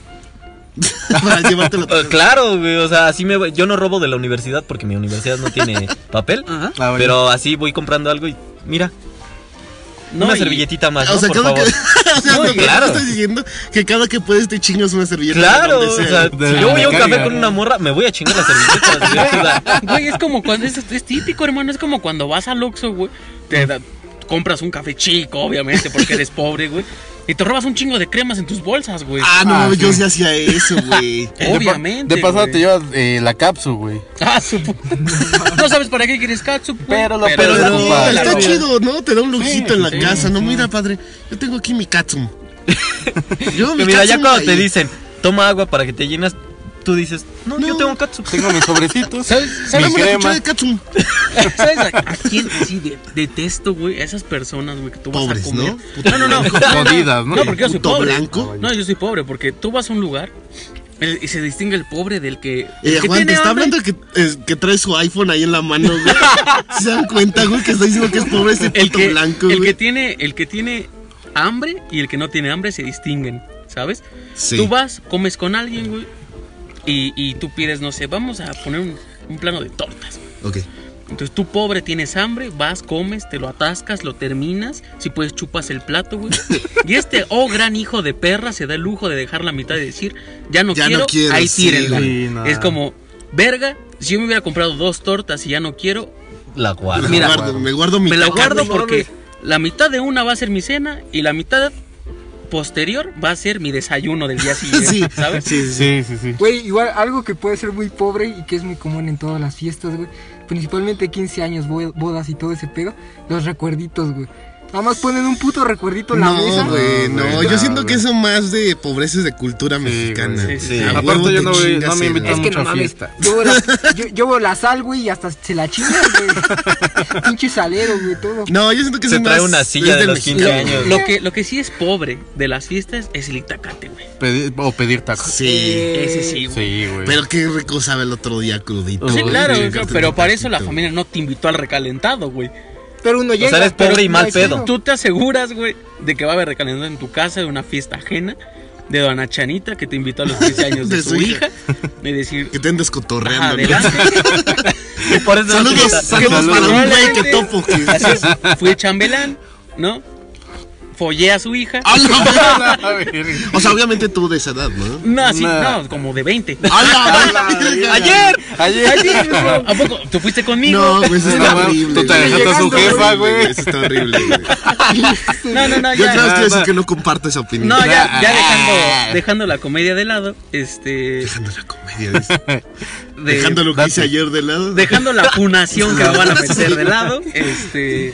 Para llevártelo.
Eh, claro, güey, o sea, así me voy. Yo no robo de la universidad porque mi universidad no tiene papel.
Ajá.
Ah, bueno.
Pero así voy comprando algo y mira,
No,
una
y-
servilletita más,
O
¿no?
sea,
por
cada
favor.
que. O sea,
No,
lo que yo
claro.
estoy diciendo que cada que puedes te chingas una servilleta. de
Claro, o
donde sea.
sea,
De
si
la
yo voy a un
carga,
café con
¿no?
una morra, me voy a chingar la servilleta. la servilleta.
Güey, es como cuando es, es típico, hermano. Es como cuando vas al Oxxo, güey. Te da- compras un café chico, obviamente, porque eres pobre, güey. Y te robas un chingo de cremas en tus bolsas, güey.
Ah, no, mames, yo sí hacía eso, güey.
Obviamente.
Eh, De pasada
güey.
te llevas eh, la cápsula, güey.
Ah, su pu- No sabes para qué quieres catsup, güey.
Pero lo
Pero
peor
no,
es la
está
comida.
chido, ¿no? Te da un lujito en la
sí,
casa, ¿no? Mira, padre, yo tengo aquí mi Katsum. Yo,
Que mira, ya
Katsum
cuando
ahí.
te dicen, toma agua para que te llenas, tú dices, no, yo
No.
tengo catsup.
Tengo mis sobrecitos.
Dame
¿Sabes, sabes,
Mi
una
crema.
cuchara de Katsum.
sabes a, a quién sí de- detesto, güey? A esas personas, güey, que tú vas
Pobres,
a comer.
¿no? Puto
no, no, no.
blanco.
Jodidas, ¿no?
No, porque yo soy
Puto
pobre.
blanco.
No, yo soy pobre, porque tú vas a un lugar el- y se distingue el pobre del que.
Eh,
el que
Juan, te
tiene
está
hambre.
hablando que, es- que trae su iPhone ahí en la mano, güey. ¿Se dan cuenta, güey, que está diciendo que es pobre ese
el
puto
que,
blanco,
el que
güey?
tiene el que tiene hambre y el que no tiene hambre se distinguen, ¿sabes?
Sí.
Tú vas, comes con alguien, güey, y, y tú pides, no sé, vamos a poner un, un plano de tortas.
Ok.
Entonces tú pobre tienes hambre, vas, comes, te lo atascas, lo terminas, si puedes chupas el plato, güey. Y este oh gran hijo de perra se da el lujo de dejar la mitad y decir, ya no,
Ya no
quiero,
quiero,
ahí
sí,
tírenla.
güey. Sí, no.
Es como, verga, si yo me hubiera comprado dos tortas y ya no quiero,
La guarda.
Mira,
Mira,
guardo, me guardo mi
me la
caca,
guardo
güey.
porque la mitad de una va a ser mi cena y la mitad posterior va a ser mi desayuno del día siguiente,
Sí,
¿sabes?
sí, sí, sí.
Sí, sí, sí.
Güey, igual algo que puede ser muy pobre y que es muy común en todas las fiestas, güey. Principalmente 15 años, bo- bodas y todo ese pedo. Los recuerditos, güey. Nada más ponen un puto recuerdito en la mesa.
No, güey,
No,
no.
güey,
Yo
no,
siento
güey.
que eso más de pobreces de cultura mexicana.
güey,
A
sí, sí.
huevo
Aparte,
te
yo no voy-
chingas
no me
el-
invitan.
Es que
mucha
no mames,
fiesta.
yo veo, la, yo- yo veo la sal, güey, y hasta se la chinga, güey. Pinche salero, güey, todo.
No, yo siento que
Se
eso
trae
más
una silla
es
de
del
los 15
mexicano.
años.
Lo que, lo que sí es pobre de las fiestas es el itacate, güey.
Pedir- o pedir tacos.
Sí.
Ese sí, güey.
Sí, güey.
Pero qué rico sabe el otro día crudito.
Sí,
Uy,
claro,
sí,
o sea, pero para eso la familia no te invitó al recalentado, güey.
Eh, Pero uno llega.
sea, eres
pero
pobre y
no
mal
es
pedo.
uno.
Tú te aseguras, güey, de que va a haber recalentado en tu casa de una fiesta ajena de Dona Chanita que te invitó a los 15 años de,
De
su
su
hija. Y decir,
Que te andes cotorreando.
"Ajá,
¿no?
adelante.
Y por eso no te
Saludos,
gusta.
saludos para un güey que
Probablemente-
topo. Que...
Así es, fui chambelán, ¿no? Follé a su hija.
¡A la verga!
A ver.
O sea, obviamente tú de esa edad, ¿no?
No, así,
Nah.
no, como de 20.
¡A la verga!
¡Ayer!
Ayer.
¿A poco? ¿Tú fuiste conmigo?
No, güey, eso está
No,
horrible.
tú te
güey.
dejaste
a su
Está
jefa,
horrible,
güey.
Eso está horrible, güey.
no, no, no,
Yo
ya.
claro
no,
quiero decir
no.
que no comparto esa opinión.
No, ya, ya dejando, dejando la comedia de lado, este.
Dejando la comedia, dice.
de-
Dejando lo que hice ayer de lado.
dejando la punación que me van a meter de lado, este.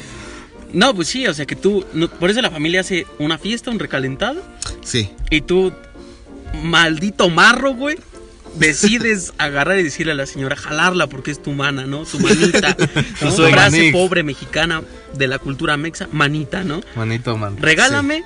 No, pues sí, o sea que tú. no- por eso la familia hace una fiesta, un recalentado,
Sí.
y tú, maldito marro, güey, decides agarrar y decirle a la señora, jalarla porque es tu mana, ¿no? Tu manita. ¿no?
soy
Frase
manix.
pobre mexicana de la cultura mexa, manita, ¿no?
Manito, man.
Regálame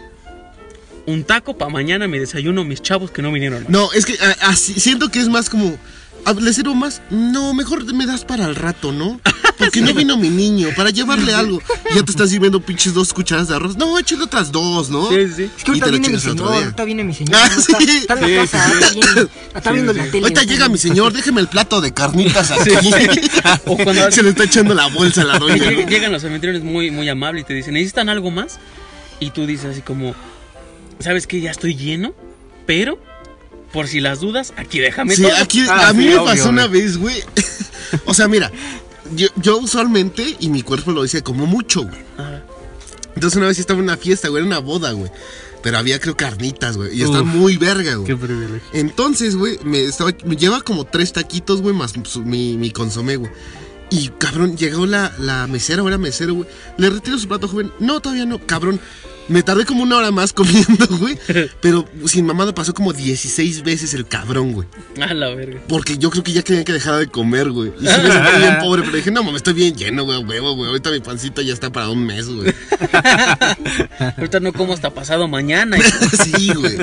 un taco para mañana mi desayuno, mis chavos que no vinieron.
No, es que ah, así, siento que es más como. ah, ¿Le sirvo más? No, mejor me das para el rato, ¿no? Porque no vino mi niño, para llevarle algo. Y ya te estás sirviendo pinches dos cucharadas de arroz. No, échale otras dos, ¿no?
Sí, sí.
Es que
Y te
ahorita
lo
viene mi
chingas el otro
señor,
día.
ahorita viene mi señor.
Ah,
¿no? está,
sí.
está en la
Sí,
casa,
sí,
está bien- está viendo la tele.
Ahorita llega mi señor, déjeme el plato de carnitas aquí.
O cuando-
Se le está echando la bolsa a la
Y
doña,
lleg-
¿no?
Llegan los anfitriones muy, muy amables y te dicen, ¿necesitan algo más? Y tú dices así como, ¿sabes qué? Ya estoy lleno, pero por si las dudas, aquí déjame
Sí,
todo".
aquí
Ah,
a mí
sí,
me
obvio,
pasó una
obvio.
vez, güey. o sea, mira, yo, yo usualmente, y mi cuerpo lo dice, como mucho, güey. Entonces una vez estaba en una fiesta, güey, era una boda, güey. Pero había, creo, carnitas, güey. Y están
Uf.
muy verga,
Qué
güey.
privilegio.
Entonces, güey, me, estaba, me lleva como tres taquitos, güey, más su- mi, mi consomé, güey. Y cabrón, llegó la, la mesera, o era mesero, güey. Le retiro su plato, joven. No, todavía no, cabrón. Me tardé como una hora más comiendo, güey. Pero sin mamada pasó como 16 veces el cabrón, güey.
A la verga.
Porque yo creo que ya querían que dejara de comer, güey. Y sí me sentí bien pobre, pero dije, no, mames, estoy bien lleno, güey, a huevo, güey. Ahorita mi pancita ya está para un mes, güey.
Ahorita no como hasta pasado mañana.
sí, güey.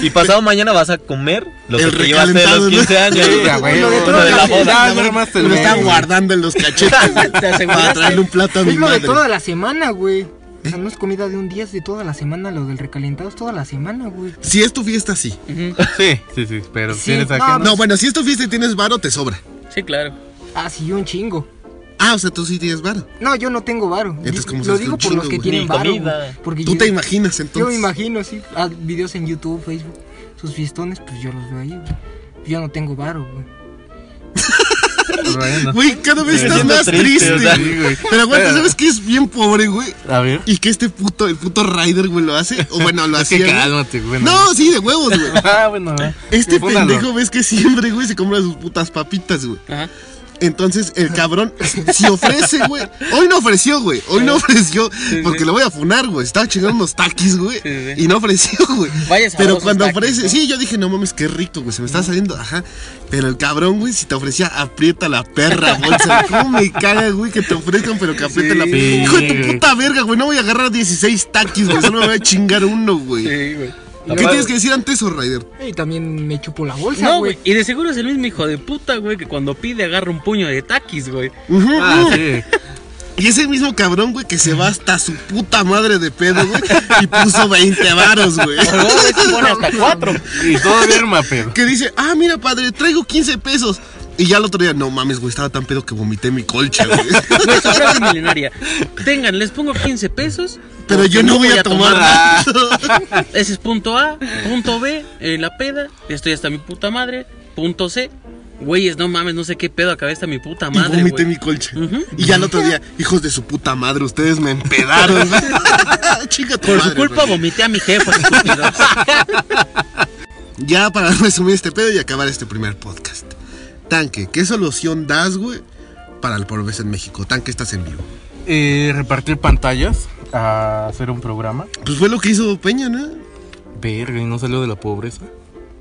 Y pasado mañana vas a comer lo que
El
te llevaste de
recalentado,
los
¿no?
15 años.
Sí, a huevo.
Lo de
toda
la
la
boda.
Ah, no armaste el
Me lo están
güey.
guardando en los cachetes, güey.
Te
Para
aseguras.
traerle un plato a mi
Es lo de
madre. ¿Eh?
toda la semana, güey. O sea, no es comida de un día, es de toda la semana. Lo del recalentado es toda la semana, güey.
Si es tu fiesta, sí.
Sí, sí, sí. Pero
Sí,
tienes
no,
aquí.
No, bueno, si es tu fiesta y tienes varo, te sobra.
Sí, claro.
Ah, sí, un chingo.
Ah, o sea, tú sí tienes varo.
No, yo no tengo varo.
Entonces, ¿cómo
lo
se hace
digo
un
por
chingo,
los que
güey?
tienen
Ni
varo.
comida.
güey, Porque
Tú
yo,
te imaginas,
yo me
entonces.
imagino, sí. Ah, videos en YouTube, Facebook. Sus fiestones, pues yo los veo ahí, güey. Yo no tengo varo, güey.
Bueno.
Güey, cada vez
Me
estás
siento
más
triste,
triste.
o sea.
güey. Pero aguanta, ¿sabes qué es bien pobre, güey?
A ver.
Y que este puto, el puto Rider, güey, lo hace. O bueno, lo
Es que
hacía. güey.
cálmate, güey.
No, sí, de huevos, güey.
Ah, bueno. va.
Este
Póngalo.
pendejo ves que siempre, güey, se compra sus putas papitas, güey.
Ajá.
Entonces, el cabrón, si ofrece, güey. Hoy no ofreció, güey. Hoy no ofreció. Porque
sí.
lo voy a funar, güey. Estaba chingando unos taquis, güey.
Sí, sí.
Y no ofreció, güey.
Vaya
Pero
sabrosos
cuando
taquis,
ofrece.
¿no?
Sí, yo dije, no mames, qué rico, güey. Se me está saliendo. Ajá. Pero el cabrón, güey, si te ofrecía, aprieta la perra, bolsa. ¿Cómo me caga, güey, que te ofrezcan, pero que aprieta la perra?
Sí,
Hijo de tu
güey.
puta verga, güey. No voy a agarrar 16 taquis, güey. Solo me voy a chingar uno, güey.
Sí, güey.
¿Qué tienes que decir ante eso, Ryder?
Y también me chupo la bolsa,
No,
güey.
güey. Y de seguro es el mismo hijo de puta, güey, que cuando pide agarra un puño de taquis, güey.
Ujú,
Ah,
ujú.
sí.
Y ese mismo cabrón, güey, que se va hasta su puta madre de pedo, güey, y puso 20 varos, güey.
Pero luego ves que pone hasta cuatro.
Y todavía el mapeo.
Que dice, ah, mira, padre, traigo 15 pesos. Y ya el otro día, no mames, güey, estaba tan pedo que vomité mi colcha, güey.
Nuestra frase milenaria. Tengan, les pongo 15 pesos.
Pero
porque
yo no voy a tomar nada.
Ah, Ese es punto A, punto B, eh, la peda, estoy hasta mi puta madre, punto C, güeyes, no mames, no sé qué pedo, acabé hasta mi puta
Y
madre,
vomité
güey.
mi colcha.
Ujú.
Y ya el otro día, hijos de su puta madre, ustedes me empedaron, güey. Chinga tu
Por
madre,
su culpa
güey.
vomité a mi jefa, estúpidos.
Ya para resumir este pedo y acabar este primer podcast. Tanque, ¿qué solución das, güey, para el pobreza en México? Tanque, estás en vivo.
Eh, repartir pantallas a hacer un programa.
Pues fue lo que hizo Peña, ¿no?
Verga, y no salió de la pobreza.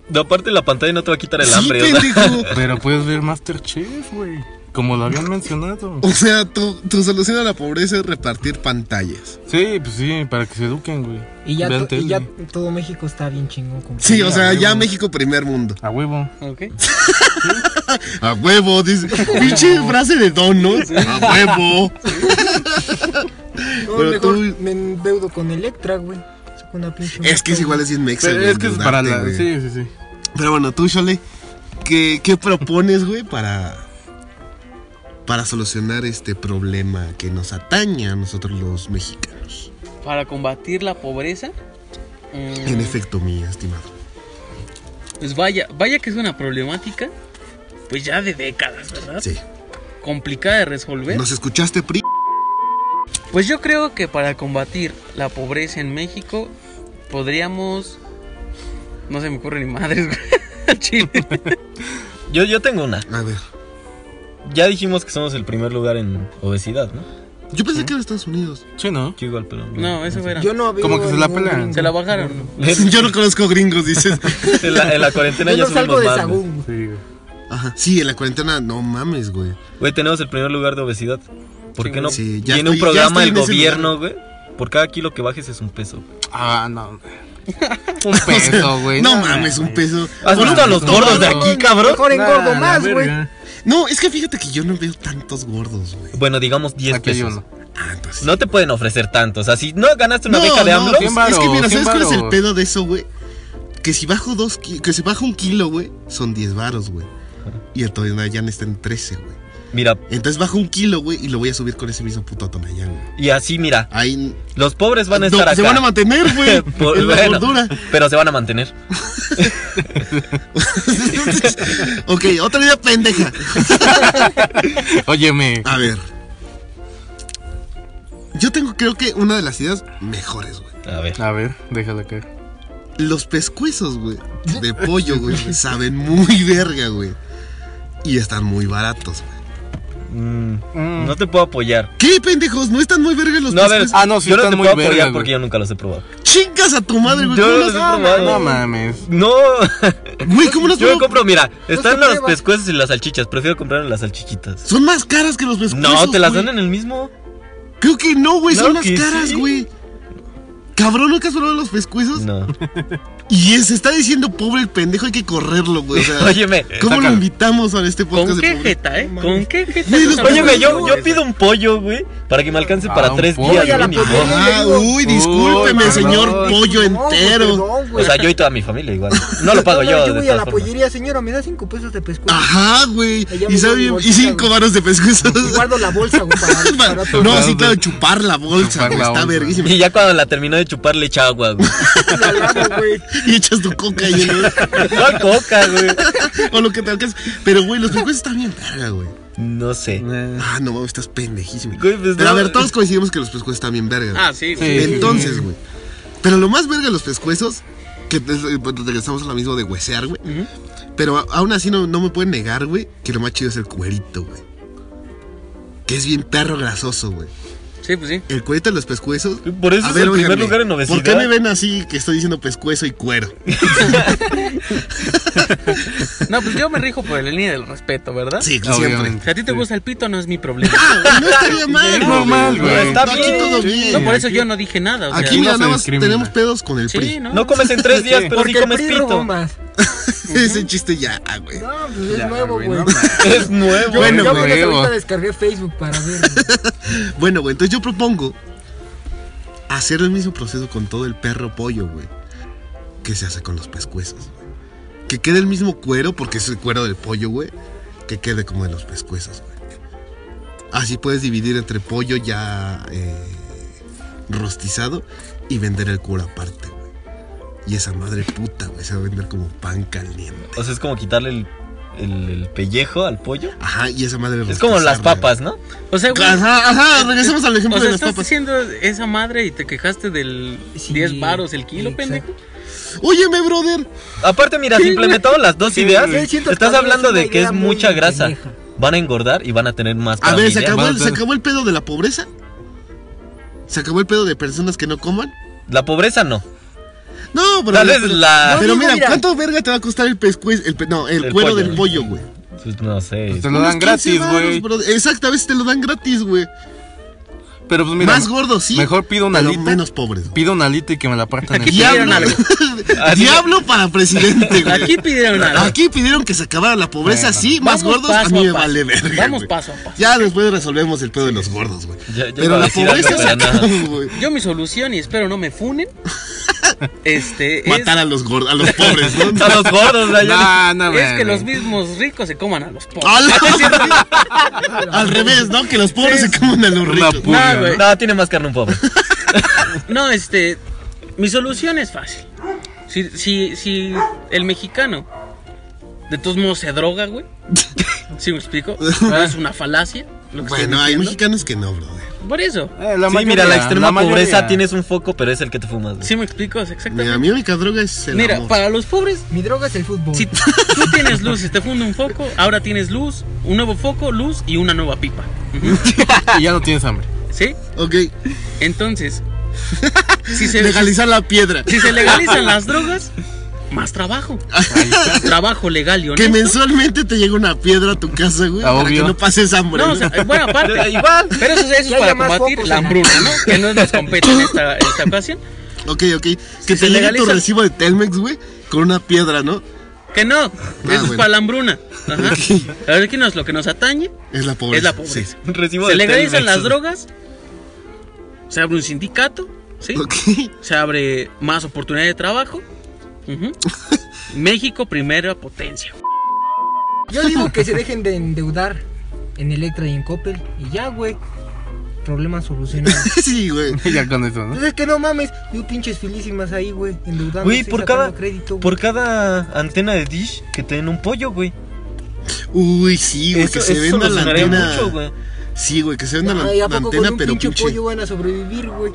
No, Aparte la pantalla no te va a quitar el
sí,
hambre. o sea.
pendejo.
Pero puedes ver Masterchef, güey. Como lo habían mencionado.
O sea, tu, tu solución a la pobreza es repartir pantallas.
Sí, pues sí, para que se eduquen, güey.
Y ya,
Vean
to- y ya
tele.
todo México está bien chingón. con
Sí, o sea, ya
huevo.
México primer mundo.
A huevo.
Ok.
A huevo, dice. Pinche frase de don, ¿no? A huevo.
No,
Pero
mejor
tú-
me endeudo con Electra, güey. Saco una pinche
Es que es
moto,
igual es bien mexa,
Pero
güey,
es que es para la.
endeudarte, güey.
Sí, sí, sí.
Pero bueno, tú, Shole, ¿qué, qué propones, güey, para. Para solucionar este problema que nos atañe a nosotros los mexicanos.
Para combatir la pobreza. mm,
En efecto, mi estimado.
Pues vaya, vaya que es una problemática, pues ya de décadas, ¿verdad?
Sí.
Complicada de resolver.
¿Nos escuchaste, Pri?
Pues yo creo que para combatir la pobreza en México podríamos... No se me ocurre ni madres, güey. al Chile.
Yo, yo tengo una.
A ver.
Ya dijimos que somos el primer lugar en obesidad, ¿no?
Yo pensé que era Estados Unidos.
Sí, ¿no?
Yo igual, pero...
No, eso
güey.
era.
Yo no veo
Como que se la
ningún
pelan.
gringo.
Se la bajaron. ¿no?
Yo no conozco gringos, dices.
En la, en la cuarentena
Yo
ya
no salgo
subimos
de
más. güey.
Sagún, güey.
Sí, güey.
Ajá. Sí, en la cuarentena, no mames, güey.
Güey, tenemos el primer lugar de obesidad. ¿Por qué no?
Sí, ya
Tiene un
estoy- ya estoy
programa el
en ese
gobierno, güey. Por cada kilo que bajes es un peso. güey.
Ah, no. Un peso, güey.
No mames, un peso.
¿Has
Bueno,
visto a los
no,
gordos de
no,
aquí, cabrón?
Mejor engordo más, güey.
No, es que fíjate que yo no veo tantos gordos, güey.
Bueno, digamos 10
Aquí hay
pesos.
uno.
Ah, entonces.
No te pueden ofrecer tanto. O sea, si no ganaste una beca de AMLO,
pues,
cien varos,
es que mira, ¿sabes
cien
cuál es el
varos.
pedo de eso, güey? Que si bajo dos, ki- que si bajo un kilo, güey, son 10 varos, güey. Y el Tonayán está en 13, güey.
mira,
Entonces bajo un kilo, güey, y lo voy a subir con ese mismo puto Tonayán, güey.
y así, mira,
Ahí.
los pobres van a
No,
estar acá.
Se van a mantener, güey.
Por-
en la
bueno,
gordura.
pero se van a mantener.
Entonces, ok, otra idea pendeja.
Óyeme.
A ver. Yo tengo, creo que una de las ideas mejores, güey.
A ver.
A ver, déjala caer.
Los pescuezos, güey, de pollo, güey, saben muy verga, güey. Y están muy baratos, güey.
Mm, no te puedo apoyar.
¿Qué, pendejos? ¿No están muy verga los
No, a ver.
pescuezos?
Ah, no, sí
yo no
están
te
muy
puedo
verga,
apoyar
güey.
porque yo nunca los he probado.
¡Chingas a tu madre, güey!
Yo
¿Cómo
no
las-
los he probado.
No mames.
No,
Güey, ¿cómo los
yo me
puedo-
compro, mira, están
se
los
prueba.
pescuezos y las salchichas. Prefiero comprar las salchichitas.
Son más caras que los pescuezos,
No, te las
güey.
dan en el mismo.
Creo que no, güey,
Claro
son más
que
caras,
sí.
güey. Cabrón, ¿nunca has probado los pescuezos?
No.
Y se está diciendo, pobre el pendejo, hay que correrlo, güey. O sea,
Óyeme.
¿cómo lo
sácalo.
invitamos a este podcast de
¿Con qué
pobre?
jeta, eh? ¿Con qué jeta?
Güey,
nos
los-
hablas
Óyeme,
de
yo, yo
pobreza?
pido un pollo, güey, para que me alcance
Ah,
para
un
tres
pollo.
días,
Oye, a la
mínimo.
pobreza.
Ah, uy, discúlpeme,
Uy,
señor
cabrón.
pollo
No, güey,
entero.
perdón,
O
güey.
sea, yo y toda mi familia igual. No lo pago
No, no,
Pues, yo.
Yo
de
voy a la
todas formas.
pollería, señora, me da cinco pesos de pescuezo.
Ajá, güey.
Allá
Y
me
sabe
dio mi
bien- Y
bolsita,
cinco
güey.
varos de pescuezos.
Y guardo la bolsa, güey, para, para otro-
No,
Claro,
sí, claro,
güey.
chupar la bolsa,
Chupar
güey.
la
Está
bolsa.
verguísima.
Y ya cuando la terminó de chupar le echa agua, güey.
la lavo, güey.
Y echas tu coca y el-
No hay coca, güey.
o lo que te alcanza. Pero, güey, los pescuezos están bien verga, güey.
No sé.
Ah, no mames, estás pendejísimo.
Güey, pues,
Pero a
no.
ver, todos coincidimos que los pescuezos están bien verga. güey.
Ah, sí.
Sí.
Entonces, güey. Pero lo más verga de los pescuezos, que es- eh, regresamos a lo mismo de huesear, güey.
Ujú.
Pero a- aún así no, no me pueden negar, güey, que lo más chido es el cuerito, güey. Que es bien perro grasoso, güey.
Sí, pues sí.
El cuerito de los pescuezos.
Por eso
A
es
ver,
el primer
óiganme,
lugar en obesidad.
¿Por qué me ven así que estoy diciendo pescuezo y cuero?
No, pues yo me rijo por la línea del respeto, ¿verdad?
Sí,
Obviamente.
siempre.
Si a ti te gusta el pito, no es mi problema.
Ah, no estaría mal,
Es
güey.
normal,
No,
güey.
Está
aquí
bien.
todo bien.
No, por eso yo no dije nada. o sea,
Aquí mira,
no se
nada más
discrimina.
tenemos pedos con el
Sí,
PRI.
¿no?
No comes en tres días, pero sí
Porque el
comes
PRI robó
pito.
bombas.
Ese chiste ya, güey.
No, pues es nuevo, güey.
Es nuevo.
Yo,
Bueno,
bueno, yo
güey,
apenas
güey.
ahorita descargué Facebook para ver. güey.
Bueno, güey, entonces yo propongo hacer el mismo proceso con todo el perro pollo, güey. Que se hace con los pescuezos, güey. Que quede el mismo cuero, porque es el cuero del pollo, güey. Que quede como de los pescuezos, güey. Así puedes dividir entre pollo ya eh, rostizado y vender el cuero aparte, güey. Y esa madre puta, güey, se va a vender como pan caliente.
O sea, es como quitarle el, el- el pellejo al pollo.
Ajá, y esa madre
Es como las
rostizarla,
papas, ¿no?
O sea, güey.
Ajá, ajá, regresemos al ejemplo
O sea,
de las
estás
papas.
haciendo esa madre y te quejaste del
Sí,
10 varos el kilo,
exacto.
pendejo.
Óyeme, brother.
Aparte, mira, si implementamos las dos ideas,
güey. Siento que
estás
también
hablando
es una
de que
idea
es
muy
mucha grasa.
pendeja.
Van a engordar y van a tener más
A ver, ¿se
familia.
acabó, el,
vamos a
¿se
ver.
acabó el pedo de la pobreza? ¿Se acabó el pedo de personas que no coman?
La pobreza no.
No, pero...
Tal vez la.
pero
digo,
mira,
mira.
¿cuánto verga te va a costar el pescuez? El, pe- no, el,
El
cuero
pollo,
del
güey.
pollo, güey.
pues, no sé.
Pues te lo dan
Unos 15
gratis,
varos,
güey.
bro. Exacto, a veces te lo dan gratis, güey.
Pero pues mira.
Más gordo, sí.
Mejor pido una
pero
alita.
menos pobres. güey.
Pido una alita y que me la partan
Aquí
en
pidieron
Diablo,
algo.
Diablo para presidente, güey.
Aquí pidieron algo.
Aquí pidieron que se acabara la pobreza,
Bueno.
sí. Más
Vamos
gordos, a
paso
mí me
paso.
vale verga.
Vamos
güey.
paso a paso.
Ya después resolvemos el pedo de los gordos, güey.
Ya- ya iba
Pero
a
la
decir algo,
pobreza se
pero nada.
acabó, güey.
Yo mi solución, y espero no me funen, este, es,
Matar a los gordos, a los pobres, ¿no?
A los gordos, güey.
No, no,
es que
güey.
los mismos ricos se coman a los pobres.
¡Hala! Al revés, ¿no? Que los pobres se comen a los
Una
ricos.
pu-
No, güey.
No, tiene más carne un pobre.
No, este, mi solución es fácil. Si, si, si el mexicano de todos modos se droga, güey. ¿Sí me explico? Es una falacia. Lo que
Bueno, hay
estoy diciendo.
mexicanos que no, brother.
Por eso.
Eh, la
sí,
mayoría,
mira, la extrema
mayoría.
pobreza tienes un foco, pero es el que te fumas. güey.
¿Sí me explico? Es Exactamente.
Mira, mi única droga es el
Mira,
amor.
para los pobres,
Mi droga es el fútbol.
si tú tienes luz, si te funde un foco, ahora tienes luz, un nuevo foco, luz y una nueva pipa.
Y ya no tienes hambre.
¿Sí?
Ok,
Entonces, si se,
legalizar la piedra.
si se legalizan las drogas, más trabajo. trabajo legal y
Que
honesto.
mensualmente te llega una piedra a tu casa, güey.
Ah,
Para que
obvio.
no pases hambre.
No, o sea, eh,
güey.
bueno, aparte. Igual. Pero eso, eso es
Que haya
para
más
combatir
focos
la
en la-
hambruna, ¿no? Que no nos compete en esta, en esta ocasión.
Ok, ok. Que
se
te llegue tu
legaliza-
recibo de Telmex, güey, con una piedra, ¿no?
Que no, eso es
bueno.
para la hambruna. Ajá. A ver, ¿qué nos, lo que nos atañe
Es la pobreza.
es la pobreza.
Un recibo
Se
de
legalizan
Telmex.
las drogas, se abre un sindicato, ¿sí?
Sí. Ok.
se abre más oportunidad de trabajo. Ujú. México, primera potencia.
Yo digo que se dejen de endeudar en Electra y en Coppel. Y ya, güey. Problema solucionado.
Sí, güey.
ya con eso, ¿no?
Pues es que no mames, yo pinches filísimas ahí, güey, endeudando.
Güey, por cada,
Crédito, güey.
por cada antena de dish que te den un pollo, güey.
Uy, sí, güey. Que se venda la
solucionaría
antena.
mucho, güey.
Sí, güey, que se venda la,
Ay, ¿a
la
poco
antena,
con un
pero
pinche,
pinche.
pollo van a sobrevivir, güey?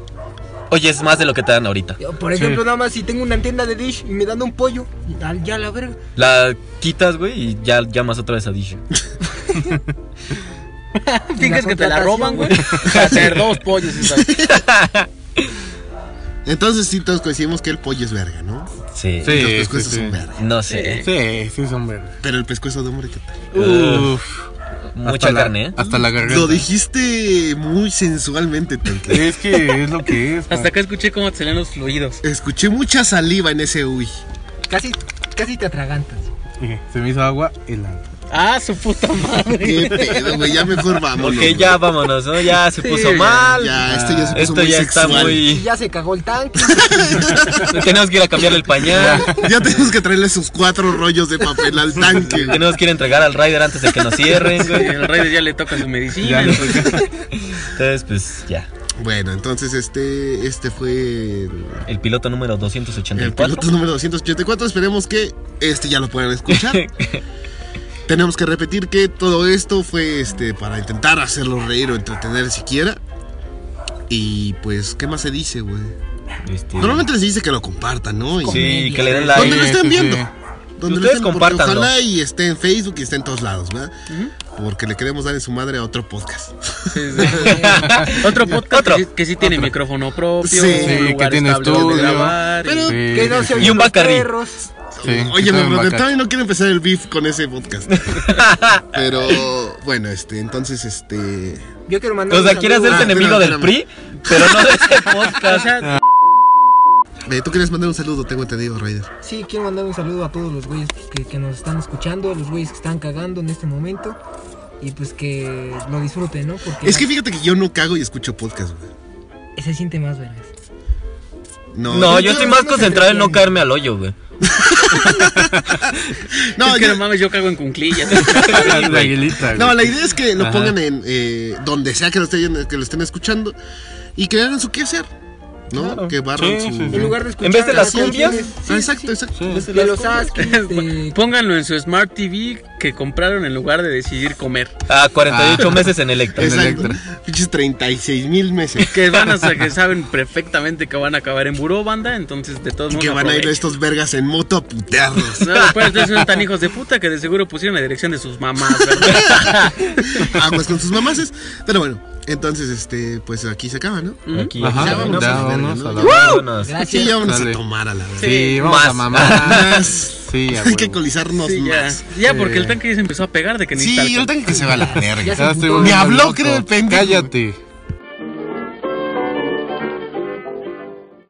Oye, es más de lo que te dan ahorita.
Yo, Por ejemplo, nada más si tengo una antena de dish y me dan un pollo, y al- ya la verga.
La quitas, güey, y ya llamas otra vez a dish.
Fíjate que te la
contratación,
roban, güey. Hacer dos pollos. esa.
Entonces, sí, todos coincidimos que el pollo es verga, ¿no?
Sí.
Sí,
Los
sí,
pescuezos
sí.
son verga.
No sé.
Sí, sí, son verdes.
Pero el pescuezo de hombre, ¿qué tal?
Uf.
Mucha
Hasta la-
carne, ¿eh?
Hasta la garganta.
Lo dijiste muy sensualmente, Tanque.
Es que es lo que es.
Hasta acá escuché cómo te salían los fluidos.
Escuché mucha saliva en ese uy.
Casi, casi te atragantas.
Mira, Se me hizo agua helada.
Ah, su puta madre.
Qué pedo, güey. Ya mejor vámonos.
Porque ya vámonos, ¿no? Ya se puso mal.
Ya, esto ya se puso
Esto
muy
ya está
sexual.
Y
muy.
ya se cagó el tanque.
Tenemos que ir a cambiarle el pañal.
güey. Ya tenemos que traerle sus cuatro rollos de papel al tanque, güey.
Tenemos que ir a entregar al rider antes de que nos cierren, güey.
El rey ya le toca su medicina.
Ya no sé qué.
Entonces, pues ya.
Bueno, entonces este, este fue el,
El piloto número
el
284.
piloto número 284. Esperemos que este ya lo puedan escuchar. Tenemos que repetir que todo esto fue este, para intentar hacerlo reír o entretener siquiera. Y pues, ¿qué más se dice, güey?
Este,
Normalmente les dice que lo compartan, ¿no? Y-
Sí, que le den
¿Dónde lo
like.
estén
sí,
viendo?
sí.
Donde
Ustedes
porque
compártanlo.
Ojalá y esté en Facebook y esté en todos lados, ¿verdad? Porque le queremos dar en su madre a otro podcast.
Otro podcast que sí- que sí tiene micrófono propio,
Sí, sí,
que
Eh, un lugar
tiene
estable
estudio.
donde grabar. y-
Pero-
Sí,
Que no
sí,
Y
se
sí.
oyen
un
los
Bacardí.
perros.
Sí,
Oye,
que
me
saben
pregunté,
vaca.
también no quiero empezar el beef con ese podcast. Pero bueno, este, entonces, este.
Yo quiero mandar
O sea,
un
quiere
saludo
hacerse
Ah, espérame,
enemigo del
espérame.
PRI, pero no de ese podcast.
O sea,
eh, Tú quieres mandar un saludo, tengo entendido, Raider.
a- Sí, quiero mandar un saludo a todos los güeyes que, que nos están escuchando, los güeyes que están cagando en este momento. Y pues que lo disfruten, ¿no? Porque
Es que fíjate que yo no cago y escucho podcast, güey.
se siente más vergas.
No, yo estoy más
no se
concentrado en no
entretiene.
caerme al hoyo, güey.
No,
es que
yo-
no mames, yo cago en cunclillas.
La aguilita, güey.
No, la idea es que lo
Ajá.
pongan en eh, donde sea que lo, estén, que lo estén escuchando y que hagan su quehacer, ¿no? Que barran
Sí,
su...
sí, sí.
En lugar de escuchar.
En vez de las cumbias,
cumbias
Ah, exacto, exacto.
de los askis, de-
Pónganlo en su Smart TV que compraron en lugar de decidir comer.
Ah, 48 meses en Electra.
Exacto. Pinches 36 mil meses.
Que van a sa- que saben perfectamente que van a acabar en buró banda, entonces de todos
Y
modos.
que van a ir
aprovechen.
estos vergas en moto a putearlos.
No, después de eso son tan hijos de puta que de seguro pusieron la dirección de sus mamás, ¿verdad?
Aguas con sus mamaces. Pero bueno, entonces, este, pues aquí se acaba, ¿no?
Aquí,
Ajá,
Ya
ya
vámonos
vámonos.
a
ya,
la
vámonos
verga,
a
¿no?
la
Vámonos.
Gracias.
Sí, ya vamos
Dale.
a tomar a la vez.
Sí, vamos
Más.
a mamar.
Más.
Sí, a
Hay que
huevo.
colizarnos
Sí, ya.
más.
Ya, porque el tanque ya se empezó a pegar de que
Sí,
necesita
yo
alcohol.
tengo que se va a la verga.
Ya se
Ya estoy
emputó.
volviendo
Ni habló,
loco.
creo, el pendejo.
Cállate.